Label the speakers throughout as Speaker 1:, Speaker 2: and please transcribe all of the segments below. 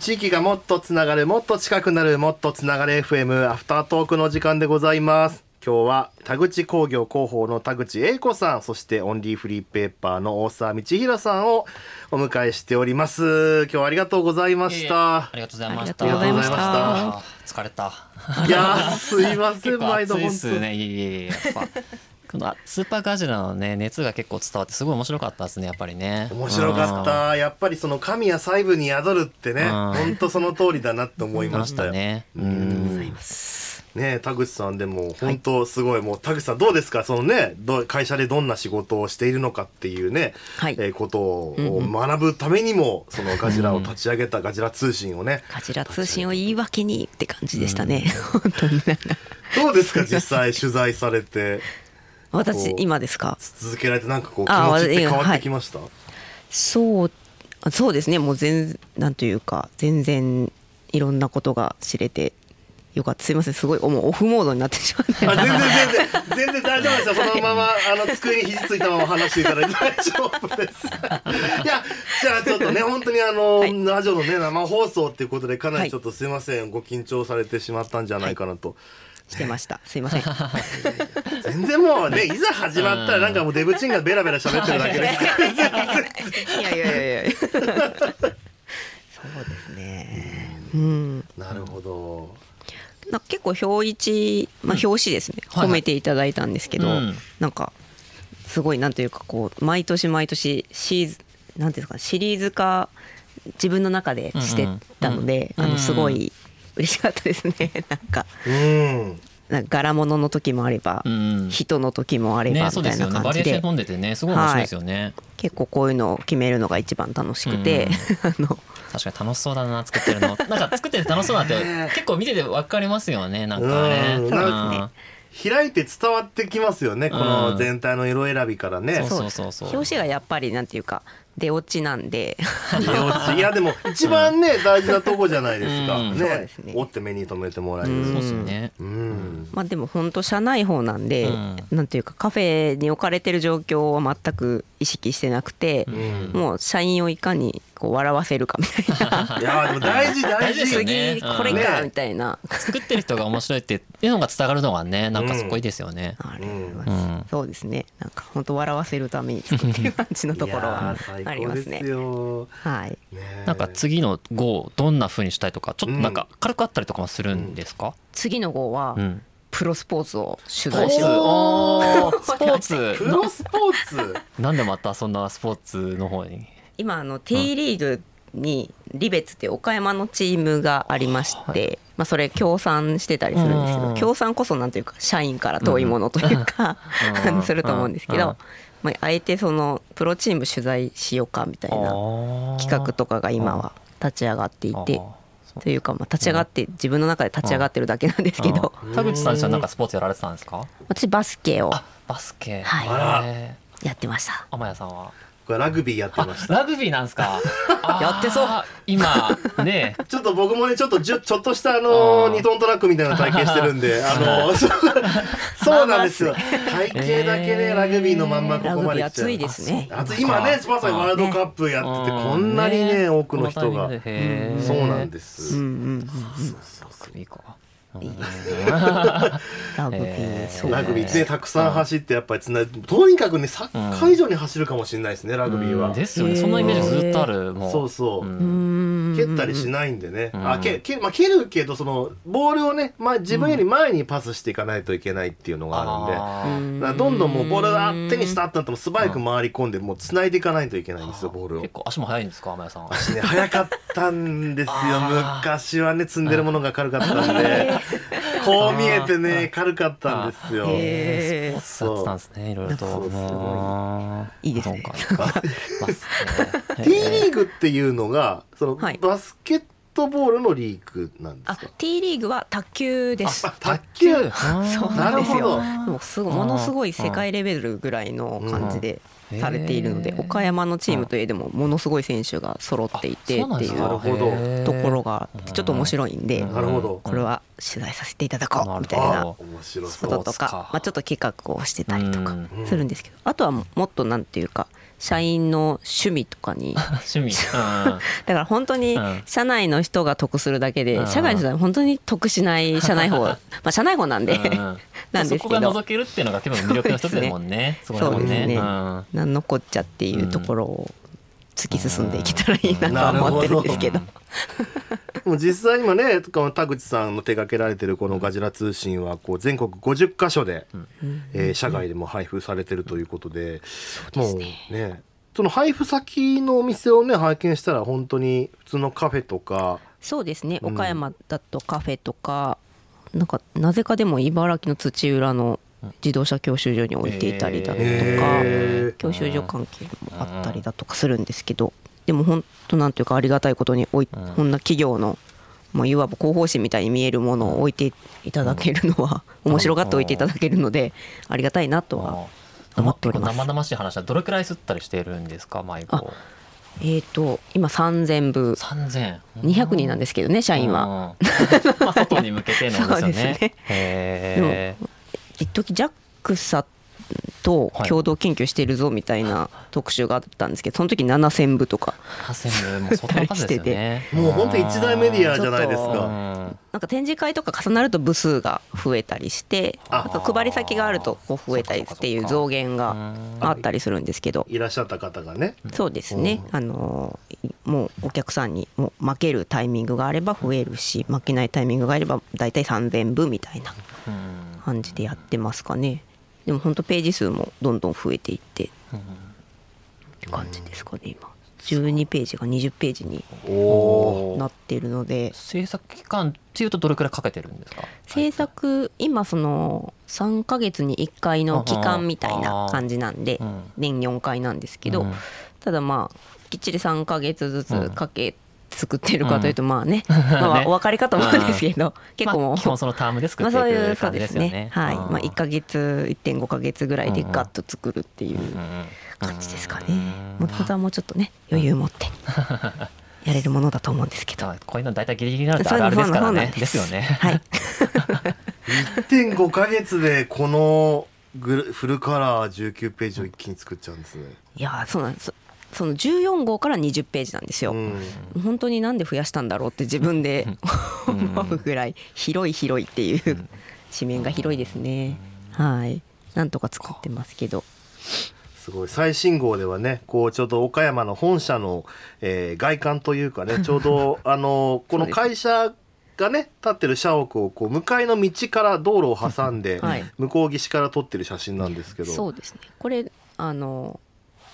Speaker 1: 地域がもっとつながる、もっと近くなる、もっとつながる FM アフタートークの時間でございます。今日は田口工業広報の田口英子さん、そしてオンリーフリーペーパーの大沢道弘さんをお迎えしております。今日はありがとうございました
Speaker 2: あ。りがとうございました。
Speaker 3: ありがとうございました
Speaker 2: あー疲れた。
Speaker 1: いやー、すいませ
Speaker 2: 結
Speaker 1: ん、
Speaker 2: 構
Speaker 1: 毎
Speaker 2: 熱
Speaker 1: 度
Speaker 2: いっ
Speaker 1: 本当
Speaker 2: すね。いえいえいえやっぱ。このスーパーガジラのね熱が結構伝わってすごい面白かったですねやっぱりね。
Speaker 1: 面白かった。やっぱりその神や細部に宿るってね、
Speaker 2: うん
Speaker 1: 本当その通りだなって思
Speaker 2: う
Speaker 1: い
Speaker 2: ん。
Speaker 1: ま
Speaker 2: ま
Speaker 1: し
Speaker 2: したた
Speaker 1: よ。
Speaker 2: ね。う
Speaker 3: ござ
Speaker 2: ん。
Speaker 3: います。
Speaker 1: ねえ田口さんでも本当すごい、もう田口さんどうですかそのねどう会社でどんな仕事をしているのかっていうね、
Speaker 3: はい
Speaker 1: えーことを
Speaker 3: うんうん
Speaker 1: 学ぶためにもそのガジラを立ち上げたガジラ通信をね、
Speaker 3: ガジラ通信を言い訳にって感じでしたね。本当になんか
Speaker 1: どうです か実際取材されて
Speaker 3: 私
Speaker 1: こう
Speaker 3: 今ですか。
Speaker 1: 続けられてなんかこう気
Speaker 3: あ
Speaker 1: 持ちって
Speaker 3: い
Speaker 1: 変
Speaker 3: や
Speaker 1: わっ
Speaker 3: は
Speaker 1: て
Speaker 3: い
Speaker 1: きました、
Speaker 3: そうあそうですねもう全なんというか全然いろんなことが知れてよかったすいませんすごいもうオフモードになってしまって
Speaker 1: あ全然全然全然大丈夫ですよそのまま、あの机に肘ついたままお話していただいて大丈夫ですいやじゃあちょっとね本当にあの、
Speaker 3: はい
Speaker 1: ラジオのね生放送っていうことでかな
Speaker 3: は
Speaker 1: り
Speaker 3: い
Speaker 1: ちょっとすいません、ご緊張されてしまったんじゃないかなと、
Speaker 3: してましたすい ません
Speaker 1: 全然もうねいざ始まったらなんかもうデブチンがベラベラ喋ってるだけですから
Speaker 3: いやいやいやい やそうですねうん
Speaker 1: なるほど
Speaker 3: なんか結構表一、まあ、表紙ですね、
Speaker 2: はいはい
Speaker 3: 褒めていただいたんですけど、
Speaker 2: うん
Speaker 3: なんかすごいなんというかこう毎年毎年シーズンなんていうんですかシリーズ化自分の中でしてたので、
Speaker 2: うんうんうん
Speaker 3: あのすごい嬉しかったですね なんか
Speaker 1: うん
Speaker 3: なんか柄物の時もあれば、
Speaker 2: うん。
Speaker 3: 人の時もあれば
Speaker 2: ね
Speaker 3: み
Speaker 2: そう
Speaker 3: た
Speaker 2: で
Speaker 3: い
Speaker 2: す
Speaker 3: な
Speaker 2: よね
Speaker 3: 感
Speaker 2: バリ
Speaker 3: じ
Speaker 2: エーショ
Speaker 3: で
Speaker 2: ン飛んでてねすごい面白いですよね。
Speaker 3: 結構こういうのを決めるのが一番楽しくて、 あの
Speaker 2: 確かに楽しそうだな作ってるの。なんか作ってて楽しそうだって結構見ててわかりますよねなんかね。
Speaker 1: うん
Speaker 3: なん
Speaker 1: 開いて伝わってきますよねこの
Speaker 2: うん
Speaker 1: 全体の色選びからね、
Speaker 2: そうそうそうそう。
Speaker 3: 表紙がやっぱりなんていうか出落ちなんで
Speaker 1: いや落ちいやでも一番ね大事なとこじゃないですか、
Speaker 2: うん
Speaker 3: そうです
Speaker 1: ね
Speaker 3: ね
Speaker 1: 折って目に留めてもらえる
Speaker 2: そうですよね。
Speaker 1: うん、
Speaker 3: まあでも本当社内法なんで、
Speaker 2: うん
Speaker 3: なんていうかカフェに置かれてる状況を全く意識してなくて、
Speaker 1: ん
Speaker 3: もう社員をいかにこう笑わせるかみた いな
Speaker 1: いやでも大事大
Speaker 2: 大
Speaker 1: 事
Speaker 2: 事ですよね
Speaker 3: 次これ
Speaker 1: う
Speaker 3: か
Speaker 1: ん
Speaker 3: みたいな、
Speaker 2: 作ってる人が面白いっていうのが伝わるのがねなんかそこいいですよね。
Speaker 3: あれ
Speaker 1: うん
Speaker 2: うん
Speaker 3: そうですねなんか本当笑わせるために作ってる感じのところはい
Speaker 1: やー
Speaker 3: あります
Speaker 1: 最高
Speaker 3: ね
Speaker 1: です。よ
Speaker 3: はい
Speaker 1: ね
Speaker 2: なんか次の号をどんな風にしたいとかちょっとなんか軽くあったりとかもするんですか？
Speaker 3: 次の号は、
Speaker 2: うん。
Speaker 3: プロスポーツを取
Speaker 2: スポー
Speaker 3: 材し
Speaker 2: ツ。
Speaker 3: よう
Speaker 2: おー スポー
Speaker 1: プ
Speaker 2: ツ。
Speaker 1: ロスポーツ
Speaker 2: なんでまたそんなスポーツの方に。
Speaker 3: 今あの T リーグにリベツっていう岡山のチームがありまして、まあ、それ協賛してたりするんですけ
Speaker 2: うん
Speaker 3: ど協賛こそなんというか社員から遠いものというか、
Speaker 2: うん
Speaker 3: あ のすると思うんですけ
Speaker 2: うん
Speaker 3: ど、まあ、あえてそのプロチーム取材しようかみたいな企画とかが今は立ち上がってい
Speaker 2: あー
Speaker 3: て。
Speaker 2: そう
Speaker 3: というか、まあ、立ち上がって自分の中で立ち上がってるだけなんですけど
Speaker 2: あー田口さんじゃなんかスポーツやられてたんですか？
Speaker 3: 私バスケを
Speaker 2: あバスケ。
Speaker 3: はい
Speaker 1: あら
Speaker 2: へ
Speaker 3: やってました
Speaker 2: ー天谷さんは。
Speaker 1: これラグビーやってま した
Speaker 2: ラグビーなんですか。
Speaker 3: やってそう
Speaker 2: あー。今ね。
Speaker 1: ちょっと僕もねちょっとじゅちょっとしたあの
Speaker 2: あ
Speaker 1: ー
Speaker 2: ー
Speaker 1: 二トントラックみたいな体験してるんであのーそう そうなんですよ体型だけね
Speaker 2: えー
Speaker 1: ラグビーのまんまこ
Speaker 3: ラ
Speaker 1: こ
Speaker 3: グ
Speaker 1: ま
Speaker 3: ビ
Speaker 1: で
Speaker 3: ー
Speaker 1: 来ちゃう
Speaker 3: 熱いですね
Speaker 1: あと今ねスパサイワールドカップやってて
Speaker 2: うん
Speaker 1: こんなにね多くの人が
Speaker 2: こタイミングでへー
Speaker 1: そうなんです
Speaker 3: うんうんう
Speaker 2: ラ
Speaker 3: ん
Speaker 2: グビーか。
Speaker 3: ラグビー
Speaker 2: えー
Speaker 3: そう
Speaker 1: ラグビーね
Speaker 2: えー
Speaker 1: たくさん走ってやっぱりつなとにかくねサッカー以上に走るかもしれないですねラグビー
Speaker 2: う
Speaker 1: は
Speaker 2: んですよね。そんなイメージずっとある。もう。
Speaker 1: そうそううん
Speaker 3: 蹴
Speaker 1: 蹴ったりしないんでね、
Speaker 2: うん
Speaker 1: あけけ、まあ、蹴るけどそのボールをね、まあ、自分より前にパスしていかないといけないっていうのがあるんで、だからどんどんもうボールが手にしたってなっても素早く回り込んでもう繋いでいかないといけないんですよボールを
Speaker 2: 結。構足も速いんですか天谷さんは。
Speaker 1: ね、早かったんですよ
Speaker 2: あー
Speaker 1: 昔はね積んでるものが軽かったんでこう見えてね軽かったんですよ。
Speaker 3: へー
Speaker 2: スポーツやってたんですねいろいろと。
Speaker 1: そうすごい
Speaker 2: あー
Speaker 3: いいですね
Speaker 2: そうかバスケ
Speaker 1: T リーグっていうのがその、
Speaker 3: はい
Speaker 1: バスケットボールのリーグなんで
Speaker 3: あ
Speaker 1: すか
Speaker 3: T リーグは卓球です
Speaker 1: あ卓球
Speaker 2: あー
Speaker 3: そう
Speaker 1: なるほど
Speaker 3: でもすごいものすごい世界レベルぐらいの感じで
Speaker 2: うん
Speaker 3: されているので
Speaker 2: へー
Speaker 3: 岡山のチームといえどもものすごい選手が揃っていて
Speaker 2: あそうなん
Speaker 3: って
Speaker 2: です
Speaker 3: いう
Speaker 2: か
Speaker 1: なるほど
Speaker 2: へー
Speaker 3: ところがちょっと面白いんで
Speaker 2: うん
Speaker 1: なるほど
Speaker 3: これは取材させていただこうみたい
Speaker 2: なる
Speaker 3: な
Speaker 2: ほ
Speaker 1: あ面白
Speaker 3: こ
Speaker 1: そ
Speaker 3: と
Speaker 1: う
Speaker 2: スポ
Speaker 3: と
Speaker 2: ーツか
Speaker 3: かまあちょっと企画をしてたりとか
Speaker 1: うん
Speaker 3: するんですけどあとはもっとなんていうか社員の趣味とかに
Speaker 2: 趣味。うん
Speaker 3: だから本当に
Speaker 2: うん
Speaker 3: 社内の人が得するだけ
Speaker 2: う
Speaker 3: で
Speaker 2: ん
Speaker 3: 社外の人は本当に得し ない社内法まあ社内法なんで なんです
Speaker 2: そこ
Speaker 3: け
Speaker 2: が
Speaker 3: ど
Speaker 2: 覗けるっていうのが結構魅力の一つだもんね。そこだもん
Speaker 3: そうです
Speaker 2: ね。
Speaker 3: ね
Speaker 2: うん
Speaker 3: なんのこっちゃっていうところを突き進んでいけたらいいなとは思ってるんですけど
Speaker 2: なる
Speaker 1: もう実際にもねこの田口さんの手掛けられてるこの「ガジラ通信は」こう全国50カ所で、えー社外でも配布されてるということで、もうねその配布先のお店をね拝見したら本当に普通のカフェとか
Speaker 3: そうですね
Speaker 1: うん
Speaker 3: 岡山だとカフェとか、なんかなぜかでも茨城の土浦の自動車教習所に置いていたりだとか、
Speaker 1: へー
Speaker 3: 教習所関係もあったりだとかするんですけど、でも本当なんというかありがたいことにおい、
Speaker 2: うん
Speaker 3: こんな企業の、まあ、いわば広報誌みたいに見えるものを置いていただけるのは、面白がって置いていただけるのでありがたいなとは、
Speaker 2: うん
Speaker 3: 思っております
Speaker 2: 結構生々しい話はどれくらい吸ったりしてるんですか、毎
Speaker 3: あ
Speaker 2: 後。
Speaker 3: えっ、と今3000部
Speaker 2: 三千。
Speaker 3: 200人なんですけどね社員は。
Speaker 2: は。まあ外に向けてのですよ
Speaker 3: そうです
Speaker 2: ね
Speaker 3: ね。
Speaker 2: へー
Speaker 3: 一時ジャックサと共同研究してるぞみたいな特集があったんですけどその時7000部とか
Speaker 2: ハセムも相当な数ですよ ね。
Speaker 1: もう本当一大メディア
Speaker 3: あー
Speaker 1: じゃないです
Speaker 3: ちょっ
Speaker 2: う
Speaker 3: と
Speaker 1: か。
Speaker 2: ん
Speaker 3: なんか展示会とか重なると部数が増えたりして
Speaker 1: あ
Speaker 3: なんか配り先があるとこう増えたりっていう増減があったりするんですけど
Speaker 1: いらっしゃった方がね。
Speaker 3: そうですねあのーもうお客さんにもう負けるタイミングがあれば増えるし負けないタイミングがあれば大体3000部みたいな
Speaker 2: うん
Speaker 3: 感じでやってますかねでも本当ページ数もどんどん増えていってって感じですかね今12ページが20ページに
Speaker 1: おお
Speaker 3: なってるので
Speaker 2: 制作期間っていうとどれくらいかけてるんですか
Speaker 3: 制作今その3ヶ月に1回の期間みたいな感じなんで
Speaker 2: うん
Speaker 3: 年4回なんですけ
Speaker 2: う
Speaker 3: ど
Speaker 2: ん
Speaker 3: ただまあきっちり3ヶ月ずつかけ作ってるかというとまあねまあ
Speaker 2: ね
Speaker 3: お分かりかと思うんですけど結構
Speaker 2: ま
Speaker 3: も
Speaker 2: あ
Speaker 3: う
Speaker 2: 基本そのタームで作
Speaker 3: ま
Speaker 2: っ
Speaker 3: あ
Speaker 2: てい
Speaker 3: そういう
Speaker 2: く
Speaker 3: そ
Speaker 2: 感
Speaker 3: う
Speaker 2: じ
Speaker 3: で
Speaker 2: ですすよね
Speaker 3: ね。はい
Speaker 2: うん
Speaker 3: まあ1ヶ月1.5ヶ月ぐらいでガッと作るっていう
Speaker 2: うんうん
Speaker 3: 感じですかね
Speaker 2: うん
Speaker 3: もう本当はもうちょっとね余裕持って やれるものだと思うんですけど
Speaker 2: だからこういうの大体ギリギリになるとあるあるですからねですよね
Speaker 3: はい
Speaker 1: 1.5ヶ月でこのグルフルカラー19ページを一気に作っちゃうんですね。
Speaker 3: いやーそうなんですその14号から20ページなんですよ、
Speaker 1: うん、
Speaker 3: 本当になんで増やしたんだろうって自分で思うぐらい広い広いっていう紙面が広いですねはいなんとか作ってますけど
Speaker 1: すごい最新号ではねこうちょうど岡山の本社の、えー外観というか ねちょうどあのこの会社がね立ってる社屋をこう向かいの道から道路を挟んで、
Speaker 3: はい
Speaker 1: 向こう岸から撮ってる写真なんですけど
Speaker 3: そうですねこれあの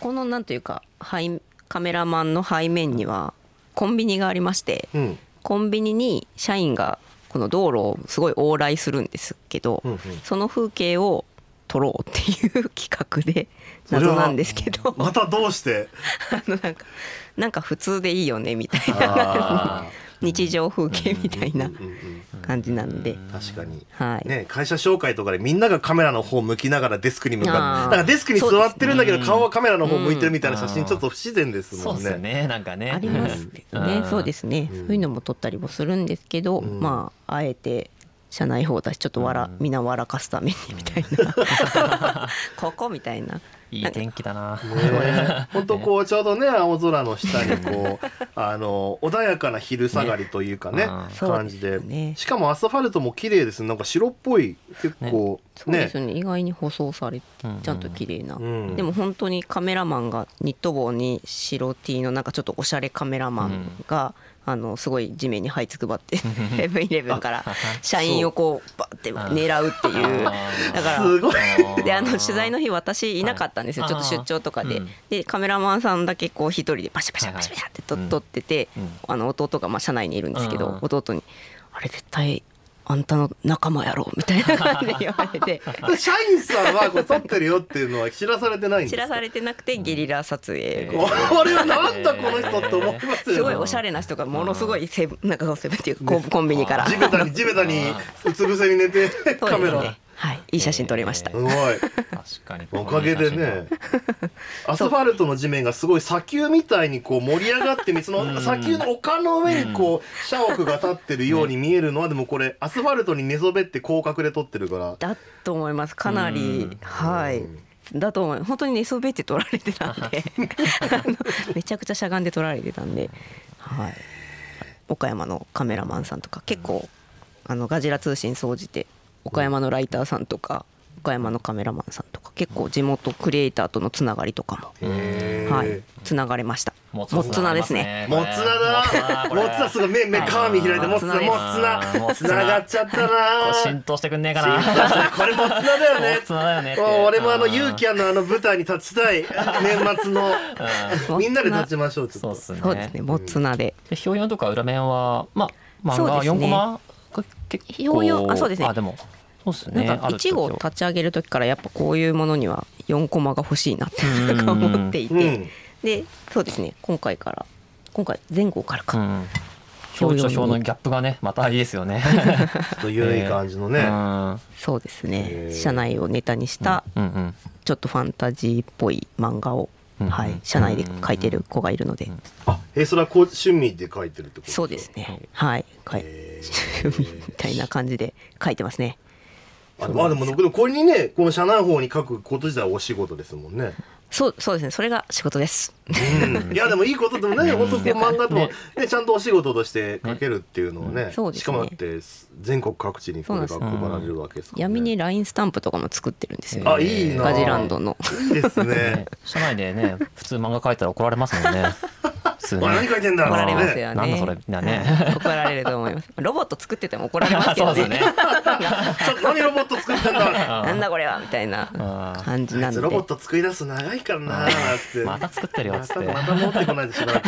Speaker 3: このなんというか背カメラマンの背面にはコンビニがありまして
Speaker 1: うん
Speaker 3: コンビニに社員がこの道路をすごい往来するんですけど、
Speaker 1: うんうん、
Speaker 3: その風景を撮ろうっていう企画で
Speaker 1: それは
Speaker 3: 謎なんですけど
Speaker 1: またどうして
Speaker 3: あのなんかなんか普通でいいよねみたいな
Speaker 1: あ
Speaker 3: 日常風景みたい
Speaker 1: ー
Speaker 3: な
Speaker 1: うんうん
Speaker 3: 感じなので
Speaker 1: うん確かに。
Speaker 3: はい、
Speaker 1: ね、会社紹介とかでみんながカメラの方向きながらデスクに向か
Speaker 3: あ
Speaker 1: っ
Speaker 3: ー
Speaker 1: てなんかデスクに座ってるんだけど
Speaker 2: そうですね
Speaker 1: 顔はカメラの方向いてるみたいな
Speaker 2: うん
Speaker 1: 写真ちょっと不自然です
Speaker 2: そ
Speaker 1: も
Speaker 2: うんで
Speaker 1: ね。
Speaker 2: すよねなんかね
Speaker 3: ありますけど
Speaker 2: う
Speaker 3: ね
Speaker 2: ん
Speaker 3: そうですね、
Speaker 1: うん
Speaker 3: そういうのも撮ったりもするんですけど、
Speaker 1: うん
Speaker 3: まああえて社内報だしちょっと笑、
Speaker 2: うん
Speaker 3: みんな笑かすためにみたいなここみたいない
Speaker 2: い天気だな
Speaker 1: ね 本当こうちょうどね青空の下にこうあの穏やかな昼下がりというかね
Speaker 2: ねうん
Speaker 1: 感じ
Speaker 3: そ
Speaker 1: で
Speaker 3: うですね
Speaker 1: しかもアスファルトも綺麗ですねなんか白っぽい結構
Speaker 3: そうで
Speaker 1: ね
Speaker 3: すよね意外に舗装されて
Speaker 2: うん
Speaker 3: ちゃんと綺麗な、
Speaker 1: うん
Speaker 3: でも本当にカメラマンがニット帽に白 T のなんかちょっとおしゃれカメラマンが、あのすごい地面に這いつく ばってセブンイレブンから社員をこうバッて狙うっていうだ
Speaker 2: あ
Speaker 1: す
Speaker 3: か
Speaker 1: ごい
Speaker 3: らであの取材の日私いなかったんですよ
Speaker 2: はい
Speaker 3: ちょっと出張とかで、
Speaker 2: うん
Speaker 3: でカメラマンさんだけこう一人でパシャパシャパシャパシャってと
Speaker 2: はいはい
Speaker 3: 撮ってて、
Speaker 2: うん
Speaker 3: あの弟がまあ社内にいるんですけど、
Speaker 2: うん
Speaker 3: 弟に「あれ絶対あんたの仲間やろ」みたいな感じで言わ れて。
Speaker 1: 社員さんはこう撮ってるよっていうのは知らされてないんです
Speaker 3: 知
Speaker 1: から
Speaker 3: されてなくてゲリラ撮影
Speaker 2: う ん
Speaker 1: これはなんだこの人って思います
Speaker 3: す
Speaker 1: よ
Speaker 3: ご
Speaker 1: ね
Speaker 3: いおしゃれな人がものすごいセブンなんかそうセブンっていうコンコンビニから
Speaker 1: 地べたに地べたにうつ伏せに寝 て
Speaker 3: そう
Speaker 1: カ
Speaker 3: で
Speaker 1: メ
Speaker 3: す
Speaker 1: ラ、
Speaker 3: ねはいいい写真撮れました
Speaker 1: すごい
Speaker 2: 確かに
Speaker 1: おかげでね アスファルトの地面がすごい砂丘みたいにこう盛り上がってみその砂丘の丘の上にこう社屋が立ってるように見えるのはでもこれアスファルトに寝そべって広角で撮ってるから
Speaker 3: だと思いますかな
Speaker 2: うん
Speaker 3: りはいだと思う本当に寝そべって撮られてたんであのめちゃくちゃしゃがんで撮られてたんではい岡山のカメラマンさんとか結構あのガジラ通信総じて岡山のライターさんとか岡山のカメラマンさんとか結構地元クリエイターとのつながりとか
Speaker 1: へ
Speaker 3: も、
Speaker 1: ー
Speaker 3: はい、つながれました。
Speaker 2: も
Speaker 3: つなですね
Speaker 1: もつなだもつなすごい目目鏡開いてもつなもつな
Speaker 2: もつ
Speaker 1: つ
Speaker 2: な
Speaker 1: ながっちゃったな
Speaker 2: 浸透してくんねえか
Speaker 1: 浸透
Speaker 2: な
Speaker 1: してこれもつなだよね
Speaker 2: もつなだよねって
Speaker 1: もう俺もあの勇気あのあの舞台に立ちたい年末の
Speaker 3: うん
Speaker 1: みんなで立ちましょうち
Speaker 2: そ
Speaker 1: ょ
Speaker 2: う
Speaker 1: っ
Speaker 2: っ
Speaker 1: と
Speaker 2: すね
Speaker 3: そうですね、もつなで。
Speaker 2: で表4とか裏面はまあ漫
Speaker 3: そう
Speaker 2: 画
Speaker 3: ですね
Speaker 2: 4コマが結構
Speaker 3: 表四あそうですね
Speaker 2: あでもそうっすね
Speaker 3: なんか
Speaker 2: ある
Speaker 3: 1号
Speaker 2: 時は
Speaker 3: 立ち上げる時からやっぱこういうものには4コマが欲しいなって
Speaker 2: うん
Speaker 3: なんか思っていて、
Speaker 1: うん
Speaker 3: でそうですね今回から今回前後か
Speaker 2: う
Speaker 3: らか、
Speaker 2: ん表と表のギャップがねまたいいですよね
Speaker 1: ちょっと緩い感じの
Speaker 2: う
Speaker 1: ね
Speaker 2: ん
Speaker 3: そうです
Speaker 1: へ
Speaker 3: ね
Speaker 1: ー
Speaker 3: 社内をネタにした
Speaker 2: うんうん
Speaker 3: ちょっとファンタジーっぽい漫画を、
Speaker 2: うん
Speaker 3: はい、社内で書いてる子がいるので、
Speaker 1: あえそれはこう趣味で書いてるってこと
Speaker 3: そうですねはい、かい
Speaker 1: へ
Speaker 3: み
Speaker 1: ー
Speaker 3: たいな感じで書いてますね
Speaker 1: あまあでも僕でもこれにねこの社内法に書くこと自体はお仕事ですもんね。
Speaker 3: そうそうですねそれが仕事です
Speaker 1: いやでもいいことでもね本当こう漫画とも
Speaker 2: ね
Speaker 1: ねちゃんとお仕事として書けるっていうのをね
Speaker 3: んそうですね
Speaker 1: しかもだって全国各地にこれが配られるわけですからね。
Speaker 3: 闇に LINE スタンプとかも作ってるんですよ、
Speaker 1: あいいな
Speaker 3: ガジランドの
Speaker 1: いいですね
Speaker 2: ね。社内でね普通漫画描いたら怒られますもんね普通
Speaker 1: お前何書いてんだ
Speaker 3: 怒られます
Speaker 1: ね
Speaker 3: よね。
Speaker 2: なんだそれみたいなね
Speaker 3: はい怒られると思い ます。ロボット作ってても怒られます
Speaker 2: そ
Speaker 3: よ
Speaker 2: うです
Speaker 3: ね。
Speaker 2: ね
Speaker 1: ちょっと何ロボット作ってんだ。
Speaker 3: なんだこれはみたいな
Speaker 2: あ
Speaker 3: 感じ
Speaker 1: あ
Speaker 3: ないん
Speaker 1: つ
Speaker 3: で。
Speaker 1: ロボット作り出すの長いからなーって。
Speaker 2: ーまた作ってるよっつって
Speaker 1: またまた持ってこないでしばらく。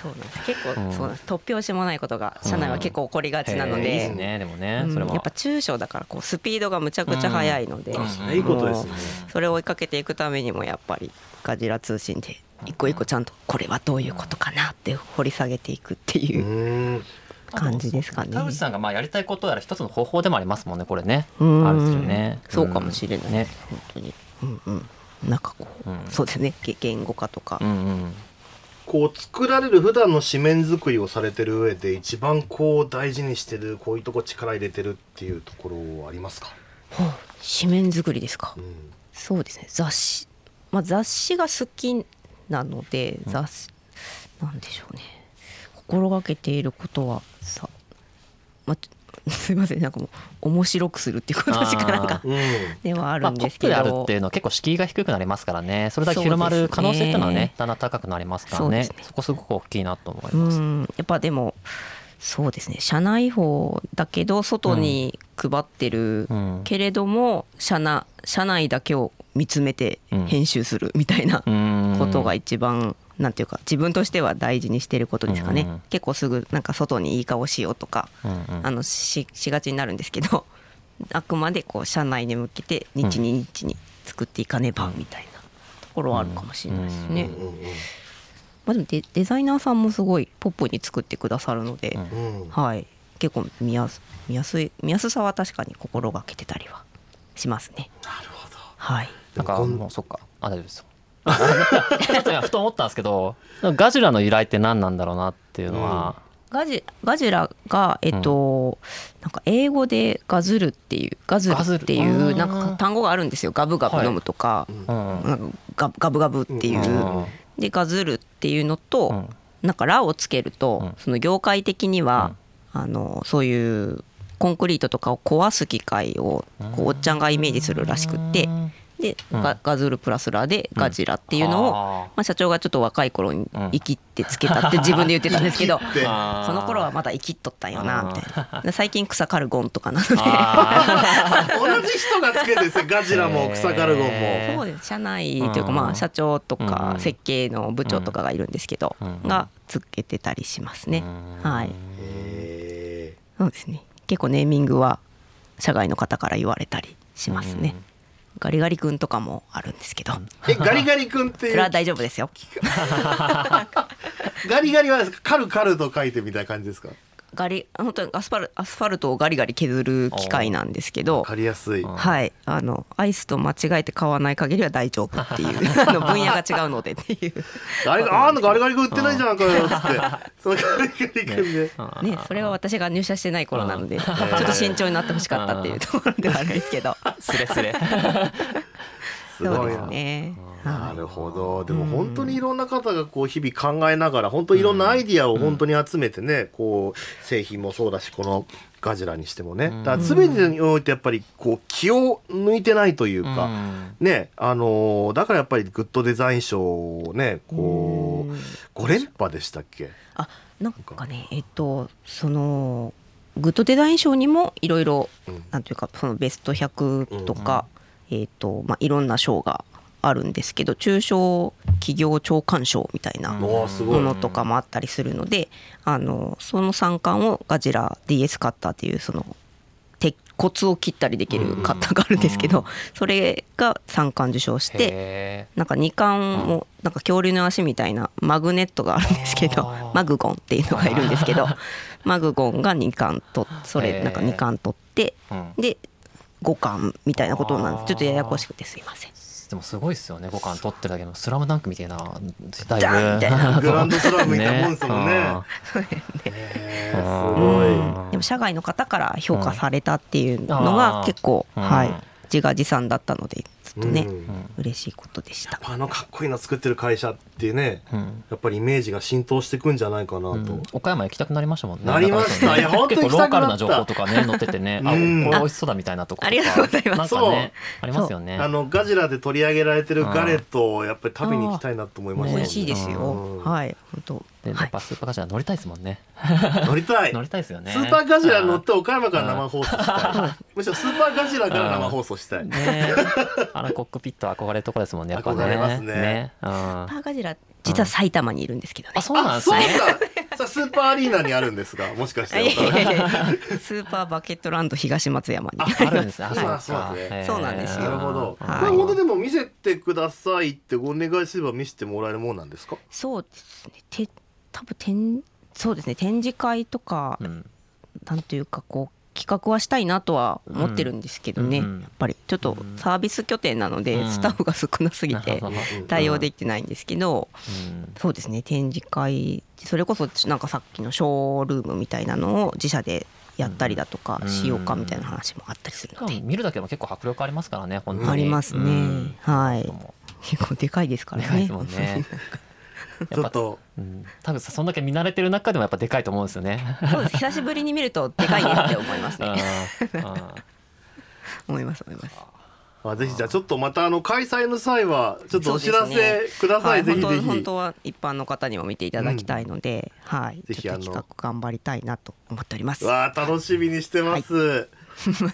Speaker 3: そうなんです。結構
Speaker 2: うん
Speaker 3: そうなんです。突拍子もないことが社内は結構起こりがちなの
Speaker 2: へーいいっす
Speaker 3: で。
Speaker 2: ねでも
Speaker 3: う
Speaker 2: ね
Speaker 3: ん
Speaker 2: それは
Speaker 3: やっぱ中小だからこうスピードがむちゃくちゃ速いので、
Speaker 1: あそれいいことですね。
Speaker 3: それを追いかけていくためにもやっぱりガジラ通信で一個一個ちゃんとこれはどういうことかなって掘り下げていくって
Speaker 1: う
Speaker 3: いう
Speaker 1: ーん。
Speaker 3: 感じですかね。
Speaker 2: 田口さんがまあやりたいことやら一つの方法でもありますもんねこれね
Speaker 3: うん
Speaker 2: あるですよね
Speaker 3: そうかもしれない
Speaker 2: ね
Speaker 3: です、本当に。うんうん。なんかこう、
Speaker 2: うん
Speaker 3: そうですね。げ言語化とか。
Speaker 2: うんうん
Speaker 1: こう作られる普段の紙面作りをされてる上で一番こう大事にしてるこういうとこ力入れてるっていうところはありますか、
Speaker 3: ほう紙面作りですか
Speaker 1: うん。
Speaker 3: そうですね。雑誌、まあ雑誌が好きなので、雑誌なんでしょうね。心がけていることはさ、まあちょ すいませんなんかもう面白くするっていうことしかなんか
Speaker 2: あ。
Speaker 1: うん。
Speaker 3: ではあ
Speaker 2: ま
Speaker 3: る
Speaker 2: あ、
Speaker 3: ん
Speaker 2: コ
Speaker 3: です
Speaker 2: ップ
Speaker 3: けど、
Speaker 2: であるっていうのは結構敷居が低くなりますからねそれだけ広まる可能性っていうのはねだんだん高くなりますからね
Speaker 3: そ
Speaker 2: そ
Speaker 3: うですね
Speaker 2: こすごく大きいなと思いうます、
Speaker 3: んやっぱでもそうですね社内法だけど外に配ってる
Speaker 2: うん
Speaker 3: けれども、社内社内だけを見つめて
Speaker 2: うん
Speaker 3: 編集するみたいな
Speaker 2: うん
Speaker 3: ことが一番、なんていうか自分としては大事にしてることですかね、
Speaker 2: うん
Speaker 3: 結構すぐなんか外にいい顔しようとか、
Speaker 2: うんうん
Speaker 3: あのししがちになるんですけどあくまでこう社内に向けて日に日に作っていかねばみたいなところはあるかもしれないですね。
Speaker 1: うん
Speaker 3: まあ、でもデデザイナーさんもすごいポップに作ってくださるので、
Speaker 1: うんうん。
Speaker 3: はい、結構見やす見やすい見やすさは確かに心がけてたりはしますね。
Speaker 1: なるほど。
Speaker 3: はい、
Speaker 2: なんか
Speaker 1: でもこん
Speaker 2: もうそっかあ大丈夫 ですよちょっと今ふと思ったんですけどガジラの由来って何なんだろうなっていうのは、
Speaker 3: ガジガジラが、えっとなんか英語でガズルっていうガズル
Speaker 2: ガズル
Speaker 3: って
Speaker 2: あ
Speaker 3: いう
Speaker 2: ー
Speaker 3: なんか単語があるんですよガブガブ飲むとか,、
Speaker 2: うんうん
Speaker 3: なんかガガブガブっていう、
Speaker 2: うん
Speaker 3: でガズルっていうのと、
Speaker 2: うん
Speaker 3: なんか「ラ」をつけると、
Speaker 2: うん
Speaker 3: その業界的には、あのそういうコンクリートとかを壊す機械をこうおっちゃんがイメージするらしくってで、ガガズルプラスラでガジラっていうのを、
Speaker 2: あー
Speaker 3: まあ、社長がちょっと若い頃に
Speaker 2: うん
Speaker 3: 生きってつけたって自分で言ってたんですけ ど
Speaker 1: で
Speaker 2: あー
Speaker 3: その頃はまだ生きっとったんよなみたいなで最近草カルゴンとかなので
Speaker 2: あ
Speaker 1: 同じ人がつけてるんですよガジラも草カルゴンも。
Speaker 2: へー
Speaker 3: そうです社内という
Speaker 2: う
Speaker 3: か
Speaker 2: ん
Speaker 3: まあ社長とか
Speaker 2: うん
Speaker 3: 設計の部長とかがいるんですけど
Speaker 2: うん
Speaker 3: がつけてたりしますね
Speaker 2: うん
Speaker 3: はい
Speaker 1: へ
Speaker 3: そうですね結構ネーミングは社外の方から言われたりしますね
Speaker 2: うん
Speaker 3: ガリガリ君とかもあるんですけどそ
Speaker 1: ーえガリガリ君ってい
Speaker 3: れは
Speaker 1: う
Speaker 3: 大丈夫ですよ
Speaker 1: ガリガリはカルカルと書いてみたいな感じですか。
Speaker 3: ガリ本当にアスファルアスファルトをガリガリ削る機械なんですけど
Speaker 1: わかりやすい。あ
Speaker 3: はい、あのアイスと間違えて買わない限りは大丈夫 っていうあの分野が違うのでっていう、
Speaker 1: れがあーなんかガリガリ君売ってないじゃんかよっつって。そのガリガリ君で。
Speaker 3: ね、それは私が入社してない頃なので ちょっと慎重になってほしかったっていうところではあるんですけど
Speaker 2: ーすれすれ
Speaker 1: す
Speaker 3: そう
Speaker 1: ごい
Speaker 3: です
Speaker 1: な。
Speaker 3: ね。
Speaker 1: なるほどでも
Speaker 2: うん
Speaker 1: 本当にいろんな方がこう日々考えながら本当いろんなアイディアを本当に集めてね、こう製品もそうだしこのガジラにしてもね、
Speaker 2: うん
Speaker 1: だから全てにおいてやっぱりこう気を抜いてないというか、ねあのーだからやっぱりグッドデザイン賞をねこう
Speaker 3: うん
Speaker 1: 5連覇でしたっけ
Speaker 3: あなんかねえっとそのグッドデザイン賞にもいろいろ
Speaker 1: うん
Speaker 3: なんていうかそのベスト100とか、えっとまあいろんな賞があるんですけど中小企業長官賞みたいな
Speaker 1: うんおーすごい
Speaker 3: ものとかもあったりするので、あのその三冠をガジラ DS カッターっていうその鉄骨を切ったりできるカッターがあるんですけど、
Speaker 2: うん
Speaker 3: それが三冠受賞して。
Speaker 2: て
Speaker 3: なんか2巻もなんか恐竜の足みたいなマグネットがあるんですけど
Speaker 2: あー
Speaker 3: マグゴンっていうのがいるんですけどマグゴンが2巻とそ
Speaker 2: へ
Speaker 3: れ
Speaker 2: ー
Speaker 3: なんか2巻取ってで5巻みたいなことなんですちょっとややこしくてすいません。
Speaker 2: でもすごいですよね五巻取ってるだけのスラムダンクみたいなだい
Speaker 3: ダンみたいな
Speaker 1: グランドスラムみたいなもんですもんねね
Speaker 2: あ
Speaker 1: すごい
Speaker 2: ー
Speaker 3: でも社外の方から評価されたっていうの
Speaker 2: うん
Speaker 3: が結構、
Speaker 2: あー
Speaker 3: は
Speaker 2: う
Speaker 3: い
Speaker 2: ん、
Speaker 3: 自画自賛だったのでずっとね、
Speaker 1: うんやっ
Speaker 3: 嬉しいことでした
Speaker 1: ぱ。あのかっこいいの作ってる会社ってね
Speaker 2: うん
Speaker 1: やっぱりイメージが浸透してくんじゃないかなと、
Speaker 2: うん岡山行きたくなりましたもんね。
Speaker 1: なりました
Speaker 2: なんか
Speaker 1: いや本当に
Speaker 2: 結構ローカルな
Speaker 1: 行きた
Speaker 2: 情
Speaker 1: くなった
Speaker 2: 報とかね載っててね、あ、
Speaker 1: うん
Speaker 2: これ美味しそうだみたいなとこ。
Speaker 3: ありがとうございます
Speaker 2: なんかね
Speaker 1: そ
Speaker 2: ありますよね。
Speaker 1: あのガジラで取り上げられてるガレットをやっぱり食べに行きたいなと思いました、
Speaker 2: ね
Speaker 3: 美味しいです
Speaker 1: う
Speaker 3: よ
Speaker 1: ん。
Speaker 3: はい、本
Speaker 2: で
Speaker 3: 当。
Speaker 2: や
Speaker 3: は
Speaker 2: っ
Speaker 3: い。
Speaker 2: ぱスーパーガジラ乗りたいですもんね。
Speaker 1: 乗りたい
Speaker 2: 乗りたいですよね。
Speaker 1: スーパーガジラ乗って岡山から生放送したいむしろスーパーガジラから生放送したい
Speaker 2: ね、あのコックピット憧れるところですもんね。やっぱね。
Speaker 1: 憧れますね
Speaker 2: うん
Speaker 3: パーガジラ実は埼玉にいるんですけどね
Speaker 2: あ、。そうなん
Speaker 1: あ
Speaker 2: です
Speaker 1: そう
Speaker 2: ね。
Speaker 1: かさあスーパーアリーナにあるんですがもしかし
Speaker 3: いやい
Speaker 1: て
Speaker 3: やいやいや スーパーバケットランド東松山に。
Speaker 2: あるんですね。あ、
Speaker 1: そうなん
Speaker 2: そ
Speaker 1: そ
Speaker 2: う
Speaker 1: うなん
Speaker 2: か
Speaker 1: です。
Speaker 2: へー
Speaker 3: そうなんですよ
Speaker 1: なるほど、
Speaker 2: うん
Speaker 3: はい
Speaker 1: これ本当でも見せてくださいってお願いすれば見せてもらえるもんなんですか
Speaker 3: そうですね。て多分展そうですね展示会とか、
Speaker 2: うん
Speaker 3: なんというかこう企画はしたいなとは思ってるんですけどね。
Speaker 2: うん
Speaker 3: やっぱりちょっとサービス拠点なので、
Speaker 2: うん
Speaker 3: スタッフが少なすぎ
Speaker 2: なる
Speaker 3: て
Speaker 2: ほど
Speaker 3: 対応できてないんですけど、
Speaker 2: うん
Speaker 3: そうですね展示会それこそなんかさっきのショールームみたいなのを自社でやったりだとか
Speaker 2: うん
Speaker 3: しようかみたいな話もあったりする
Speaker 2: し
Speaker 3: の
Speaker 2: か
Speaker 3: で、
Speaker 2: も見るだけでも結構迫力ありますからね。本当に。
Speaker 3: ありますね、
Speaker 2: うん
Speaker 3: はい
Speaker 2: も
Speaker 3: 結構でかいです
Speaker 2: う
Speaker 3: から
Speaker 2: でかいで
Speaker 3: ね
Speaker 2: すもんね。
Speaker 1: ち
Speaker 2: や
Speaker 1: ょ
Speaker 2: っ
Speaker 1: っ
Speaker 2: ぱ、
Speaker 1: と
Speaker 2: うん、多分さそんだけ見慣れてる中でもやっぱでかいと思うんですよね。
Speaker 3: そうです久しぶりに見るとでかいねって思い ますね
Speaker 2: うんうん
Speaker 3: 思います思います
Speaker 1: あぜひじゃあちょっとまたあの開催の際はちょっとお知ら
Speaker 3: そうで
Speaker 1: せください、ぜ
Speaker 3: 本
Speaker 1: ひ
Speaker 3: 当
Speaker 1: ぜ
Speaker 3: 本
Speaker 1: ひ
Speaker 3: 当は一般の方にも見ていただきたいので、はい
Speaker 1: ぜひ
Speaker 3: ちょっと
Speaker 1: あの
Speaker 3: 企画頑張りたいなと思っております
Speaker 1: わあ楽しみにしてます、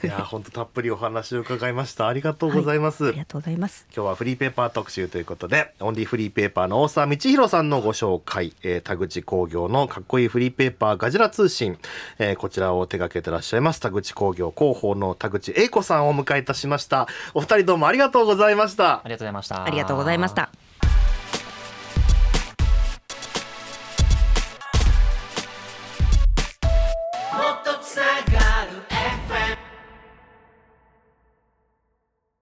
Speaker 1: い、 や本当たっぷりお話を伺いましたありがとうございます、
Speaker 3: ありがとうございます
Speaker 1: 今日はフリーペーパー特集ということで、オンリーフリーペーパーの大沢道弘さんのご紹介、えー田口工業のかっこいいフリーペーパーガジラ通信、えーこちらを手掛けてらっしゃいます、田口工業広報の田口英子さんをお迎えいたしました。お二人どうもありがとうございました
Speaker 2: ありがとうございました。
Speaker 3: ありがとうございました